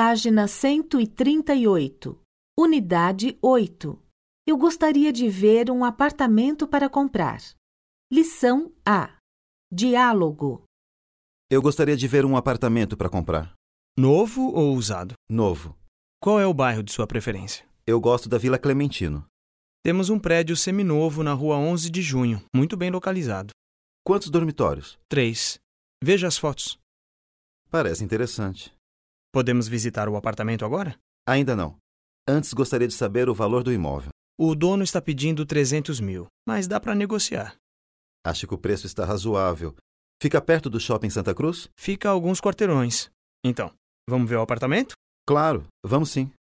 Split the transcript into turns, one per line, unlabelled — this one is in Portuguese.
Página 138. Unidade 8. Eu gostaria de ver um apartamento para comprar. Lição A. Diálogo.
Eu gostaria de ver um apartamento para comprar.
Novo ou usado?
Novo.
Qual é o bairro de sua preferência?
Eu gosto da Vila Clementino.
Temos um prédio seminovo na rua 11 de junho, muito bem localizado.
Quantos dormitórios?
3. Veja as fotos.
Parece interessante.
Podemos visitar o apartamento agora?
Ainda não. Antes gostaria de saber o valor do imóvel.
O dono está pedindo 300 mil, mas dá para negociar.
Acho que o preço está razoável. Fica perto do shopping Santa Cruz?
Fica a alguns quarteirões. Então, vamos ver o apartamento?
Claro, vamos sim.